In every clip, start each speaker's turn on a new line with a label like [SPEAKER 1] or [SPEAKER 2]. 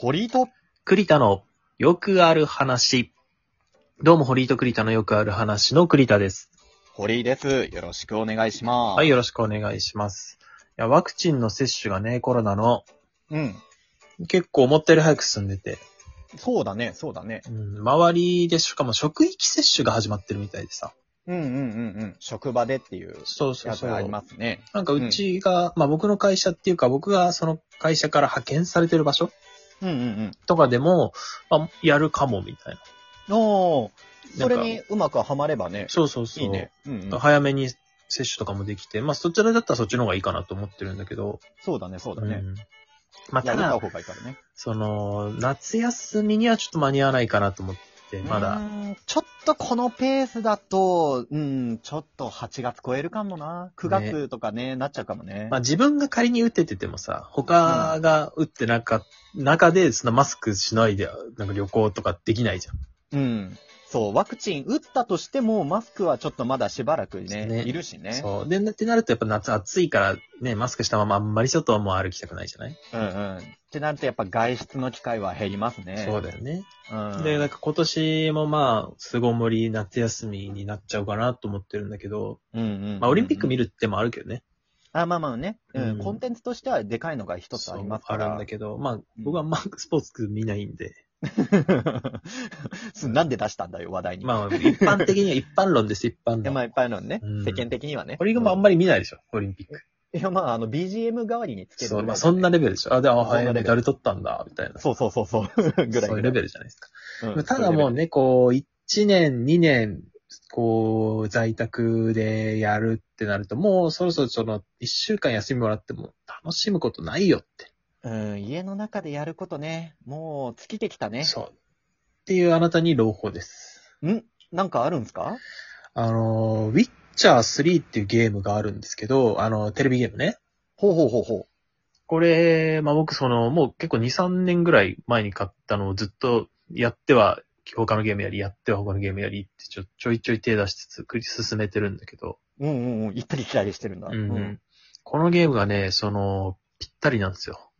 [SPEAKER 1] 堀井と、
[SPEAKER 2] 栗田のよくある話。どうも、堀井と栗田のよくある話の栗田です。
[SPEAKER 1] 堀井です。よろしくお願いします。
[SPEAKER 2] はい、。よろしくお願いします。いや、ワクチンの接種がね、コロナの、
[SPEAKER 1] うん。
[SPEAKER 2] 結構思ったより早く進んでて、
[SPEAKER 1] そうだね、そうだね。
[SPEAKER 2] うん、周りでしかも職域接種が始まってるみたいでさ。
[SPEAKER 1] うんうんうんうん。職場でっていう
[SPEAKER 2] そうそ
[SPEAKER 1] や
[SPEAKER 2] う
[SPEAKER 1] つ
[SPEAKER 2] そう。
[SPEAKER 1] がありますね。
[SPEAKER 2] なんかうちが、まあ僕の会社っていうか、僕がその会社から派遣されてる場所
[SPEAKER 1] うんうん
[SPEAKER 2] とかでも、あやるかもみたいな。
[SPEAKER 1] うん。おー。
[SPEAKER 2] な
[SPEAKER 1] そ
[SPEAKER 2] んか
[SPEAKER 1] れにうまくはまればね、
[SPEAKER 2] そうそうそう。
[SPEAKER 1] いいね。うんうん。
[SPEAKER 2] 早めに接種とかもできて、まあそちらだったらそっちの方がいいかなと思ってるんだけど。
[SPEAKER 1] そうだね、そうだね。
[SPEAKER 2] ん、まあ
[SPEAKER 1] や
[SPEAKER 2] た
[SPEAKER 1] めた
[SPEAKER 2] だ、
[SPEAKER 1] 方がいいからね。
[SPEAKER 2] その、夏休みにはちょっと間に合わないかなと思って、ま
[SPEAKER 1] う
[SPEAKER 2] だ。
[SPEAKER 1] ーん。ちょっとこのペースだと、うん、ちょっと8月超えるかもな。9月とかね、なっちゃうかもね。
[SPEAKER 2] まあ自分が仮に打ってててもさ、他が打ってなかっ中で、そのマスクしないで、なんか旅行とかできないじゃ
[SPEAKER 1] う
[SPEAKER 2] ん。
[SPEAKER 1] ん。そう、ワクチン打ったとしても、マスクはちょっとまだしばらくね、
[SPEAKER 2] ね
[SPEAKER 1] いるしね。
[SPEAKER 2] そう。で、ってなるとやっぱ夏暑いから、ね、マスクしたままあんまり外はもう歩きたくないじゃない、
[SPEAKER 1] うんうん。ってなると、やっぱ外出の機会は減りますね。
[SPEAKER 2] そうだよね。
[SPEAKER 1] うん。
[SPEAKER 2] で、なんか今年もまあ、巣ごもり夏休みになっちゃうかなと思ってるんだけど、
[SPEAKER 1] うんうん。
[SPEAKER 2] まあオリンピック見
[SPEAKER 1] る。
[SPEAKER 2] るってもあるけどね。
[SPEAKER 1] あ、まあまあね。うん。
[SPEAKER 2] うん
[SPEAKER 1] コンテンツとしてはでかいのが一つありますから。
[SPEAKER 2] そうあるんだけど、まあ、僕 はあんまスポーツ見ないんで、
[SPEAKER 1] そうなんで出したんだよ、話題に。
[SPEAKER 2] まあ、一般的 には一般論です、一般
[SPEAKER 1] いや
[SPEAKER 2] 論。
[SPEAKER 1] まあ、いっぱいあるのね。
[SPEAKER 2] うん
[SPEAKER 1] 世間的にはね。
[SPEAKER 2] 俺がまああんまり見ないでしょ、オリンピック。
[SPEAKER 1] り。いや、まあ、あの、BGM 代わりにつける
[SPEAKER 2] そう、
[SPEAKER 1] ぐ
[SPEAKER 2] ま
[SPEAKER 1] らいだね
[SPEAKER 2] あそんなレベルでしょ。あ、で、あ、
[SPEAKER 1] そんなレベ
[SPEAKER 2] はい、
[SPEAKER 1] ル
[SPEAKER 2] メダル取ったんだ、みたいな。
[SPEAKER 1] そうそうそうそう。ぐらい。
[SPEAKER 2] そういうレベルじゃないですか。
[SPEAKER 1] うん
[SPEAKER 2] ただもう、ね、こう、1年、2年、こう、在宅でやるってなると、もうそろそろその、1週間休みもらっても楽しむことないよって。
[SPEAKER 1] うん、家の中でやることね、もう尽きてきたね。
[SPEAKER 2] そう。っていうあなたに朗報です。
[SPEAKER 1] んなんかあるんすか
[SPEAKER 2] あの、ウィッチャー3っていうゲームがあるんですけど、あの、テレビゲームね。
[SPEAKER 1] ほうほうほうほ
[SPEAKER 2] これ、まあ、僕その、もう結構2、3年ぐらい前に買ったのをずっとやっては、他のゲームやり、やっては他のゲームやりってちょちょいちょい手出しつつ繰り進めてるんだけど、
[SPEAKER 1] う。うんうんうん、行ったり来たりしてるんだ。
[SPEAKER 2] うんこのゲームがね、その、ぴったりなんですよ。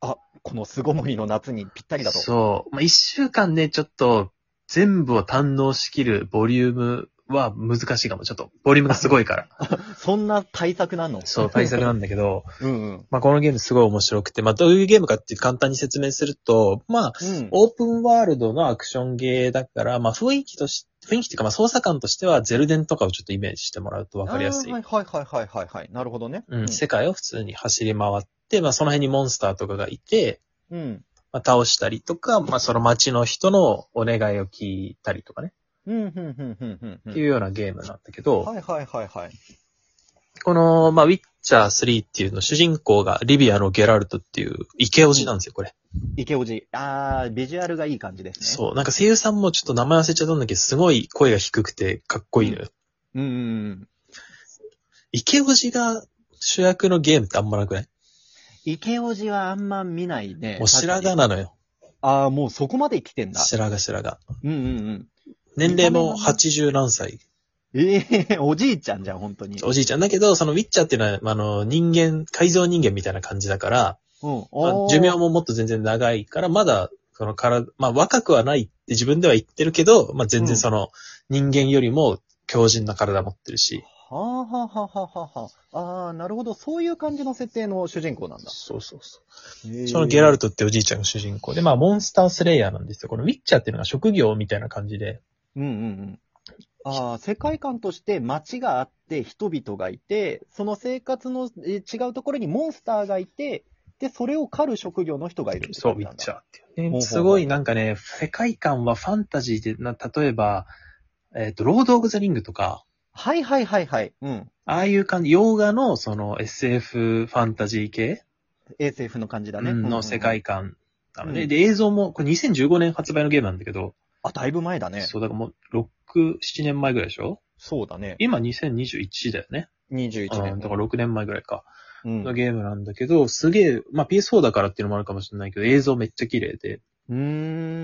[SPEAKER 1] あ、この巣ごもりの夏にぴったりだと。
[SPEAKER 2] そう。まあ、1週間ね、ちょっと、全部を堪能しきるボリュームは難しいかも。ちょっと、ボリュームがすごいから。
[SPEAKER 1] そんな対策なの
[SPEAKER 2] そう、対策なんだけど、
[SPEAKER 1] うんうん。
[SPEAKER 2] まあ、このゲームすごい面白くて、まあ、どういうゲームかって簡単に説明すると、まあ、
[SPEAKER 1] うん。
[SPEAKER 2] オープンワールドのアクションゲーだから、まあ、雰囲気とし、雰囲気というか、まあ、操作感としてはゼルデンとかをちょっとイメージしてもらうとわかりやすい。
[SPEAKER 1] あーはいはいはいはいはいはい。なるほどね。
[SPEAKER 2] うん、世界を普通に走り回って、まあ、その辺にモンスターとかがいて、
[SPEAKER 1] うん。
[SPEAKER 2] まあ、倒したりとか、まあ、その街の人のお願いを聞いたりとかね、
[SPEAKER 1] うん、うん、うん、うん、うんうん。
[SPEAKER 2] っていうようなゲームなんだけど、
[SPEAKER 1] はいはいはいはい。
[SPEAKER 2] この、まあ、ウィッチャー3っていうの主人公がリビアのゲラルトっていうイケオジなんですよ、これ。
[SPEAKER 1] 池おじ。あー、ビジュアルがいい感じですね。
[SPEAKER 2] そう。なんか声優さんもちょっと名前忘れちゃったんだけど、すごい声が低くてかっこいいのよ。
[SPEAKER 1] う。うんうん。
[SPEAKER 2] 池オジが主役のゲームってあんまなくない
[SPEAKER 1] 池おじはあんま見ないね。
[SPEAKER 2] もう白
[SPEAKER 1] 確か
[SPEAKER 2] 髪
[SPEAKER 1] に。
[SPEAKER 2] なのよ。
[SPEAKER 1] あー、もうそこまで来てんだ。
[SPEAKER 2] 白髪白髪。
[SPEAKER 1] うんうんうん。
[SPEAKER 2] 年齢も
[SPEAKER 1] 見た目はね
[SPEAKER 2] 80何歳。
[SPEAKER 1] ええおじいちゃんじゃん、本当に。
[SPEAKER 2] おじいちゃんだけど、そのウィッチャーっていうのは、まああの、人間、改造人間みたいな感じだから、
[SPEAKER 1] うん。
[SPEAKER 2] まあ
[SPEAKER 1] おー
[SPEAKER 2] 寿命。ももっと全然長いから、まだ、その体、まあ若くはないって自分では言ってるけど、まあ全
[SPEAKER 1] うん
[SPEAKER 2] 然その、人間よりも強靭な体持ってるし。
[SPEAKER 1] はあはあはあはあはあ。あーなるほど。そういう感じの設定の主人公なんだ。
[SPEAKER 2] そうそうそう。そ
[SPEAKER 1] そ
[SPEAKER 2] のゲラル
[SPEAKER 1] ト。
[SPEAKER 2] トっておじいちゃんが主人公で、まあ、モンスタースレイヤーなんですよ。このウィッチャーっていうのが職業みたいな感じで、
[SPEAKER 1] うんうんうん。ああ、世界観として街があって、人々がいて、その生活のえー違うところにモンスターがいて、で、それを狩る職業の人がいるって
[SPEAKER 2] そう、
[SPEAKER 1] 感
[SPEAKER 2] ウ
[SPEAKER 1] じ
[SPEAKER 2] ィ
[SPEAKER 1] な
[SPEAKER 2] ッ
[SPEAKER 1] んだ
[SPEAKER 2] チャーっていう
[SPEAKER 1] ほうほうほ
[SPEAKER 2] ね。
[SPEAKER 1] う
[SPEAKER 2] すごいなんかね、世界観はファンタジーで、な例えば、えっ、と、ロード・オブ・ザ・リングとか、
[SPEAKER 1] はいはいはいはい。うん。
[SPEAKER 2] ああいう感じ、洋画のその SF ファンタジー系
[SPEAKER 1] SF の感じだね。うんうんう
[SPEAKER 2] の
[SPEAKER 1] ん
[SPEAKER 2] 世。界観なので、
[SPEAKER 1] うん
[SPEAKER 2] で、映像も、これ2015年発売のゲームなんだけど、
[SPEAKER 1] あ、だいぶ前だね。
[SPEAKER 2] そう、だからもう6、7年前ぐらいでしょ
[SPEAKER 1] そうだね。
[SPEAKER 2] 今2021だよね。
[SPEAKER 1] 21
[SPEAKER 2] うん
[SPEAKER 1] 年。
[SPEAKER 2] だから6年前ぐらいか。
[SPEAKER 1] うん
[SPEAKER 2] のゲームなんだけど、すげえ、まあ PS4 だからっていうのもあるかもしれないけど、映像めっちゃ綺麗で、
[SPEAKER 1] うー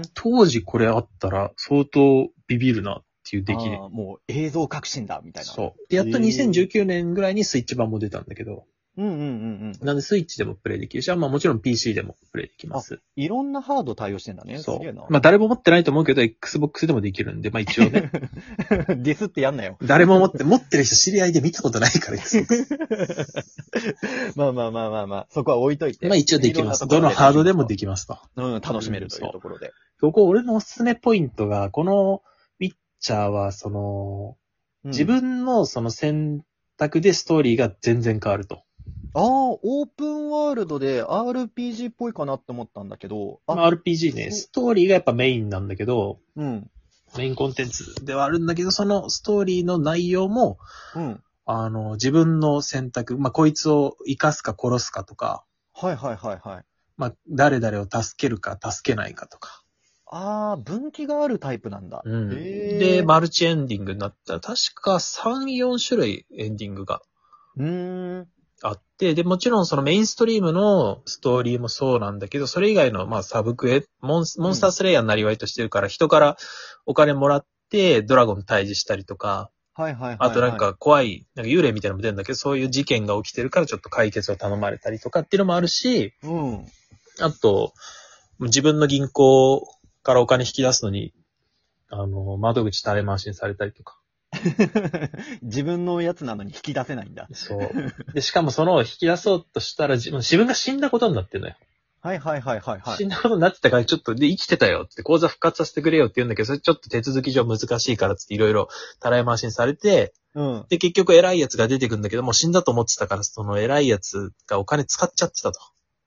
[SPEAKER 1] ん。
[SPEAKER 2] 当時これあったら相当ビビるなっていう出来ね。
[SPEAKER 1] あーもう映像革新だ、みたいな。
[SPEAKER 2] そう。で、やっと
[SPEAKER 1] へえ
[SPEAKER 2] 2019年ぐらいにスイッチ版も出たんだけど、
[SPEAKER 1] うんうんうんうん。
[SPEAKER 2] なんでスイッチでもプレイできるし、あまあもちろん PC でもプレイできます。
[SPEAKER 1] いろんなハード対応してんだね。す
[SPEAKER 2] そ
[SPEAKER 1] げえな
[SPEAKER 2] う。。まあ誰も持ってないと思うけど、Xbox でもできるんで、まあ一応 ね、
[SPEAKER 1] ディスってやんなよ。
[SPEAKER 2] 誰も持って、持ってる人知り合いで見たことないから、
[SPEAKER 1] まあまあまあまあまあ、そこは置いといて。
[SPEAKER 2] まあ一応できます。
[SPEAKER 1] いろ
[SPEAKER 2] ど
[SPEAKER 1] ん
[SPEAKER 2] の
[SPEAKER 1] なところ
[SPEAKER 2] ハードでもできますと。
[SPEAKER 1] うん、楽しめるというところで。
[SPEAKER 2] ここ俺のおすすめポイントが、このウィッチャーは、そ
[SPEAKER 1] う
[SPEAKER 2] の、
[SPEAKER 1] ん
[SPEAKER 2] 自分のその選択でストーリーが全然変わると。
[SPEAKER 1] ああ、オープンワールドで RPG っぽいかなって思ったんだけど、あ、
[SPEAKER 2] まあ、RPG
[SPEAKER 1] そ
[SPEAKER 2] ね、
[SPEAKER 1] う
[SPEAKER 2] ストーリーがやっぱメインなんだけど、
[SPEAKER 1] うん、
[SPEAKER 2] メインコンテンツではあるんだけど、そのストーリーの内容も、
[SPEAKER 1] うん。
[SPEAKER 2] あの、自分の選択、まあ、こいつを生かすか殺すかとか、
[SPEAKER 1] はいはいはいはい。
[SPEAKER 2] まあ、誰々を助けるか助けないかとか。
[SPEAKER 1] ああ、分岐があるタイプなんだ。
[SPEAKER 2] う
[SPEAKER 1] へ
[SPEAKER 2] ん
[SPEAKER 1] ー
[SPEAKER 2] で、マルチエンディングになったら、確か3、4種類エンディングが
[SPEAKER 1] うーん。
[SPEAKER 2] あって、で、もちろんそのメインストリームのストーリーもそうなんだけど、それ以外の、まあ、サブクエ、モンスモンスタースレイヤーになりわいとしてるから、人からお金もらって、ドラゴン退治したりとか、
[SPEAKER 1] はいはいはい、はい。
[SPEAKER 2] あとなん、か怖い、なんか幽霊みたいなのも出るんだけど、そういう事件が起きてるからちょっと解決を頼まれたりとかっていうのもあるし、
[SPEAKER 1] うん。
[SPEAKER 2] あと、自分の銀行からお金引き出すのに、あの、窓口垂れ回しにされたりとか。
[SPEAKER 1] 自分のやつなのに引き出せないんだ。
[SPEAKER 2] そう。で、しかもその引き出そうとしたら自分自分が死んだことになってるのよ。
[SPEAKER 1] はいはいはいはいは
[SPEAKER 2] 死
[SPEAKER 1] い。
[SPEAKER 2] んだことになってたから、ちょっと、で、生きてたよって、口座復活させてくれよって言うんだけど、それちょっと手続き上難しいからっつって、いろいろ、たらい回しにされて、
[SPEAKER 1] うん。
[SPEAKER 2] で、結局偉いやつが出てくんだけど、もう死んだと思ってたから、その偉いやつがお金使っちゃってたと。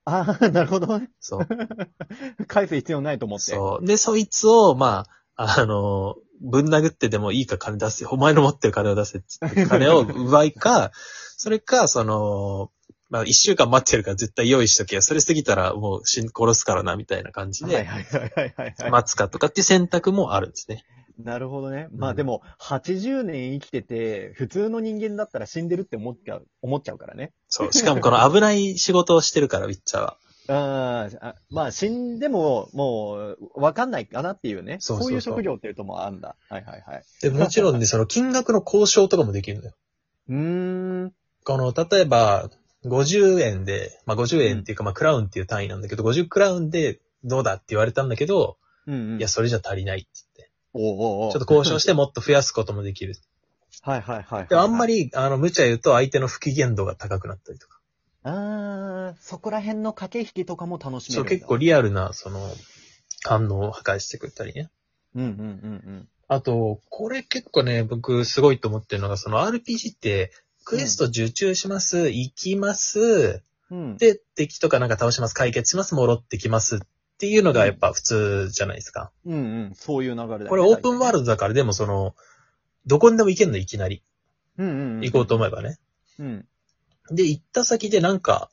[SPEAKER 1] ああ、なるほどね。
[SPEAKER 2] そう。
[SPEAKER 1] 返す必要ないと思って。
[SPEAKER 2] そう。で、そいつを、まあ、あの、ぶん殴ってでもいいか金出せ、お前の持ってる金を出せっつって、金 を奪い か、それか、その、まあ、一週間待ってるから絶対用意しとけよ。それ過ぎたらもう死ん殺すからな、みたいな感じ
[SPEAKER 1] はい
[SPEAKER 2] で、
[SPEAKER 1] はいはいはいはいはい。
[SPEAKER 2] 待つかとかっていう選択もあるんですね。
[SPEAKER 1] なるほどね。
[SPEAKER 2] ん
[SPEAKER 1] まあでも、80年生きてて、普通の人間だったら死んでるって思っちゃう、思っちゃうからね。
[SPEAKER 2] そう。しかもこの危ない仕事をしてるから、ウィッチャーは。
[SPEAKER 1] あーあまあ死んでも、もう、わかんないかなっていうね。そ
[SPEAKER 2] そ
[SPEAKER 1] うう
[SPEAKER 2] そうそう
[SPEAKER 1] いう職業っていうともあんだ。はいはいはい。
[SPEAKER 2] で、もちろんね、その金額の交渉とかもできるのよ。
[SPEAKER 1] うーん。
[SPEAKER 2] この、例えば、50円で、まあ、50円っていうか、まあ、クラウンっていう単位なんだけど、50クラウンでどうだって言われたんだけど、
[SPEAKER 1] うん、うん。
[SPEAKER 2] いや、それじゃ足りないって言って。
[SPEAKER 1] おうおうおう
[SPEAKER 2] ちょっと交渉してもっと増やすこともできる。
[SPEAKER 1] はいはいはいはい。
[SPEAKER 2] で、あんま。り、あの、無茶言うと相手の不機嫌度が高くなったりとか。
[SPEAKER 1] ああ、そこら辺の駆け引きとかも楽しめる
[SPEAKER 2] そうん
[SPEAKER 1] だ。
[SPEAKER 2] 結構リアルな、その、反応を破壊してくれたりね。
[SPEAKER 1] うんうんうん
[SPEAKER 2] あと、これ結構ね、僕すごいと思ってるのが、その RPG って、クエスト受注します、行きます、
[SPEAKER 1] うん。うん。
[SPEAKER 2] で、敵とかなんか倒します、解決します、戻ってきますっていうのがやっぱ普通じゃないですか。
[SPEAKER 1] うんうん。そういう流れだよね、
[SPEAKER 2] これオープンワール
[SPEAKER 1] ド。
[SPEAKER 2] ドだから、でもその、どこにでも行けんの、いきなり。
[SPEAKER 1] うんうん、うん。
[SPEAKER 2] 行こうと思えばね。
[SPEAKER 1] うん。
[SPEAKER 2] で、行った先でなんか、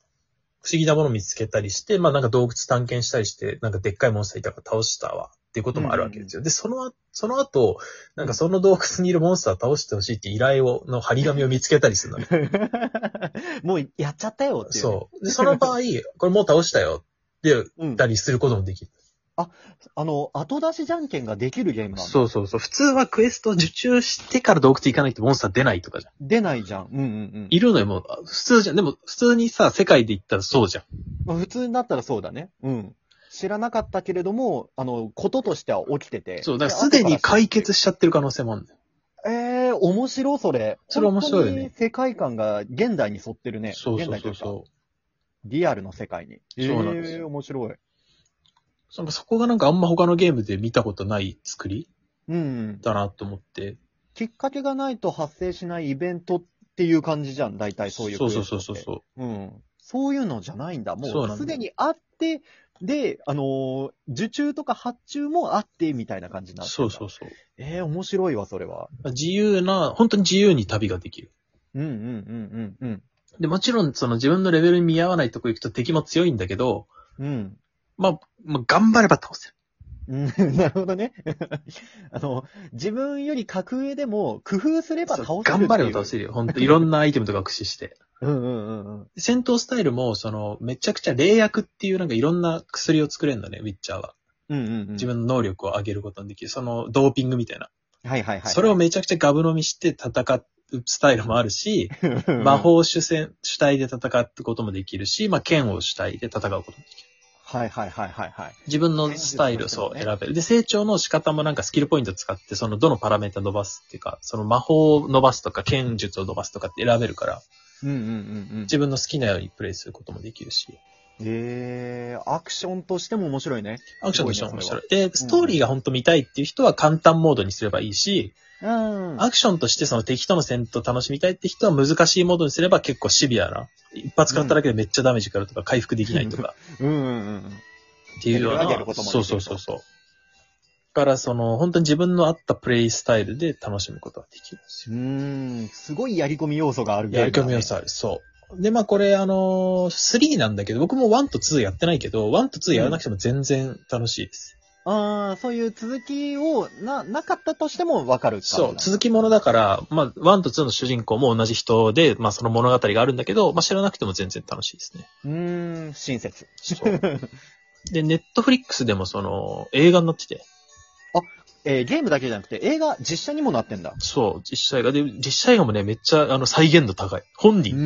[SPEAKER 2] 不思議なもの見つけたりして、まあなんか洞窟探検したりして、なんかでっかいモンスターいたから倒したわ、っていうこともあるわけですよ。で、その、その後、なんかその洞窟にいるモンスター倒してほしいって依頼を、の張り紙を見つけたりするのね。
[SPEAKER 1] もうやっちゃったよっていうね、
[SPEAKER 2] そう。で、その場合、これもう倒したよ、って言っ
[SPEAKER 1] うん。
[SPEAKER 2] たりすることもできる。
[SPEAKER 1] あの、後出しじゃんけんができるゲームなんだ。
[SPEAKER 2] うそうそう。普通はクエストを受注してから洞窟行かないとモンスター出ないとかじゃん。
[SPEAKER 1] 出ないじゃん。うんうん
[SPEAKER 2] いるのよ、もう。普通じゃん。でも、普通にさ、世界で行ったらそうじゃん。
[SPEAKER 1] うん。普通になったらそうだね。うん。知らなかったけれども、あの、こととしては起きてて。
[SPEAKER 2] そう、だからすでに解決しちゃってる可能性もあるんだよ
[SPEAKER 1] ええー、面白いそれ。
[SPEAKER 2] それ面白いよね
[SPEAKER 1] 本当に世界観が現代に沿ってるね。
[SPEAKER 2] そうそうそ
[SPEAKER 1] 現
[SPEAKER 2] う
[SPEAKER 1] 代というか
[SPEAKER 2] そう。
[SPEAKER 1] リアルの世界に。
[SPEAKER 2] そうなんですよ
[SPEAKER 1] えー面白い。
[SPEAKER 2] そのそこがなんかあんま他のゲームで見たことない作り
[SPEAKER 1] うん。
[SPEAKER 2] だなと思って。
[SPEAKER 1] きっかけがないと発生しないイベントっていう感じじゃん。大体そういう。
[SPEAKER 2] そうそうそうそうそう。
[SPEAKER 1] うん。そういうのじゃないんだ。
[SPEAKER 2] そう
[SPEAKER 1] も
[SPEAKER 2] なんだ
[SPEAKER 1] うすでにあって、で、あのー受注とか発注もあって、みたいな感じになって。
[SPEAKER 2] そうそううそう。
[SPEAKER 1] ええ面白いわ、それは。
[SPEAKER 2] 自由な、本当に自由に旅ができる。
[SPEAKER 1] うんうんうんうんうん。
[SPEAKER 2] で、もちろんその自分のレベルに見合わないとこ行くと敵も強いんだけど、
[SPEAKER 1] うん。
[SPEAKER 2] まあ、まあ、頑張れば倒せる。
[SPEAKER 1] うん、 なるほどね。あの、自分より格上でも工夫すれば倒せるっていう。
[SPEAKER 2] 頑張れば倒せ
[SPEAKER 1] る。
[SPEAKER 2] るよ。本 当いろんなアイテムとか駆使して。
[SPEAKER 1] うんうんうんうん。
[SPEAKER 2] 戦闘スタイルも、その、めちゃくちゃ霊薬っていうなんかいろんな薬を作れるんだね、ウィッチャーは。
[SPEAKER 1] うんうんうん。
[SPEAKER 2] 自分の能力を上げることにできる。その、ドーピングみたいな。
[SPEAKER 1] はいはいはい。
[SPEAKER 2] それをめちゃくちゃガブ飲みして戦スタイルもあ るし、魔法主戦、主体で戦うこともできるし、まあ、剣を主体で戦うこともできる。
[SPEAKER 1] はいはいはいはいはい。
[SPEAKER 2] 自分のスタイルをそう
[SPEAKER 1] ね
[SPEAKER 2] 選べる。で、成長の仕方もなんかスキルポイント使って、そのどのパラメータ伸ばすっていうか、その魔法を伸ばすとか、剣術を伸ばすとかって選べるから、
[SPEAKER 1] うんうんうんうん。
[SPEAKER 2] 自分の好きなようにプレイすることもできるし、
[SPEAKER 1] えー、アクションとしても面白いね。
[SPEAKER 2] アクションとしても面
[SPEAKER 1] すご
[SPEAKER 2] 白
[SPEAKER 1] い
[SPEAKER 2] い。で、ストーリーが本当見たいっていう人は簡単モードにすればいいし、
[SPEAKER 1] うん。
[SPEAKER 2] アクションとしてその敵との戦闘を楽しみたいって人は難しいモードにすれば結構シビアな、一発食らっただけでめっちゃダメージ食らうとか、回復できないとか、
[SPEAKER 1] うんうんうん。
[SPEAKER 2] っていうよう
[SPEAKER 1] レベル上げる
[SPEAKER 2] な。
[SPEAKER 1] こともできると
[SPEAKER 2] そうそうそうそう。だから、その、本当に自分の合ったプレイスタイルで楽しむことができるんです
[SPEAKER 1] う
[SPEAKER 2] よ。
[SPEAKER 1] ーん、すごいやり込み要素があるゲー
[SPEAKER 2] や
[SPEAKER 1] ム
[SPEAKER 2] り
[SPEAKER 1] だね
[SPEAKER 2] 込み要素ある。そう。で、まあこれ、あのー、3なんだけど、僕も1と2やってないけど、1と2やらなくても全然楽しいです。
[SPEAKER 1] ああ、そういう続きを、な、なかったとしてもわかるって
[SPEAKER 2] そう、
[SPEAKER 1] 感じなんだ
[SPEAKER 2] 続きものだから、まあ1と2の主人公も同じ人で、まあその物語があるんだけど、まあ知らなくても全然楽しいですね。
[SPEAKER 1] うーん、親切。
[SPEAKER 2] そう。で、ネットフリックスでもその、映画になってて、
[SPEAKER 1] えーゲームだけじゃなくて映画、実写にもなってんだ。
[SPEAKER 2] そう、実写映画で、実写映画もね、めっちゃ、あの、再現度高い。本
[SPEAKER 1] う
[SPEAKER 2] 人
[SPEAKER 1] ー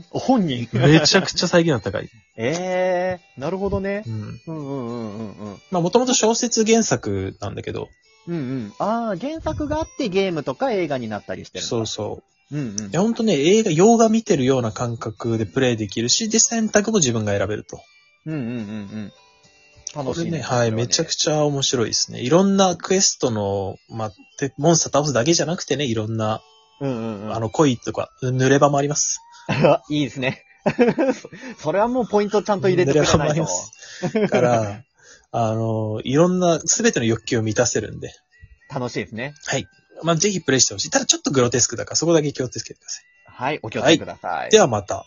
[SPEAKER 1] ん、本 人
[SPEAKER 2] めちゃくちゃ再現度高 い。
[SPEAKER 1] ええー、なるほどね。
[SPEAKER 2] うん。
[SPEAKER 1] うんうんうんうんうん。
[SPEAKER 2] まあ、もともと小説原作なんだけど、
[SPEAKER 1] うんうん。ああ、原作があってゲームとか映画になったりしてるんだ。。
[SPEAKER 2] そうそう
[SPEAKER 1] うんう
[SPEAKER 2] う。
[SPEAKER 1] ん
[SPEAKER 2] い。や、ほんとね、映画、洋画見てるような感覚でプレイできるし、で、選択も自分が選べると。
[SPEAKER 1] うんうんうんうん。
[SPEAKER 2] こ
[SPEAKER 1] 楽し
[SPEAKER 2] れ
[SPEAKER 1] いね
[SPEAKER 2] ね、はい、めちゃくちゃ面白いですね。いろんなクエストの、まあ、てモンスター倒すだけじゃなくてね、いろんな、
[SPEAKER 1] ゃ。うんうんうん。
[SPEAKER 2] あの、恋とか、濡れ場もあります。
[SPEAKER 1] あ いいですね。 それはもうポイントちゃんと入れてくれないと。
[SPEAKER 2] 濡れ場もあります。から、あの、いろんな、すべての欲求を満たせるんで、
[SPEAKER 1] 楽しいですね。
[SPEAKER 2] はい。まあ、ぜひプレイしてほしい。ただちょっとグロテスクだから、そこだけ気をつけてくださ
[SPEAKER 1] はい、お気をつけください。
[SPEAKER 2] い。ではまた。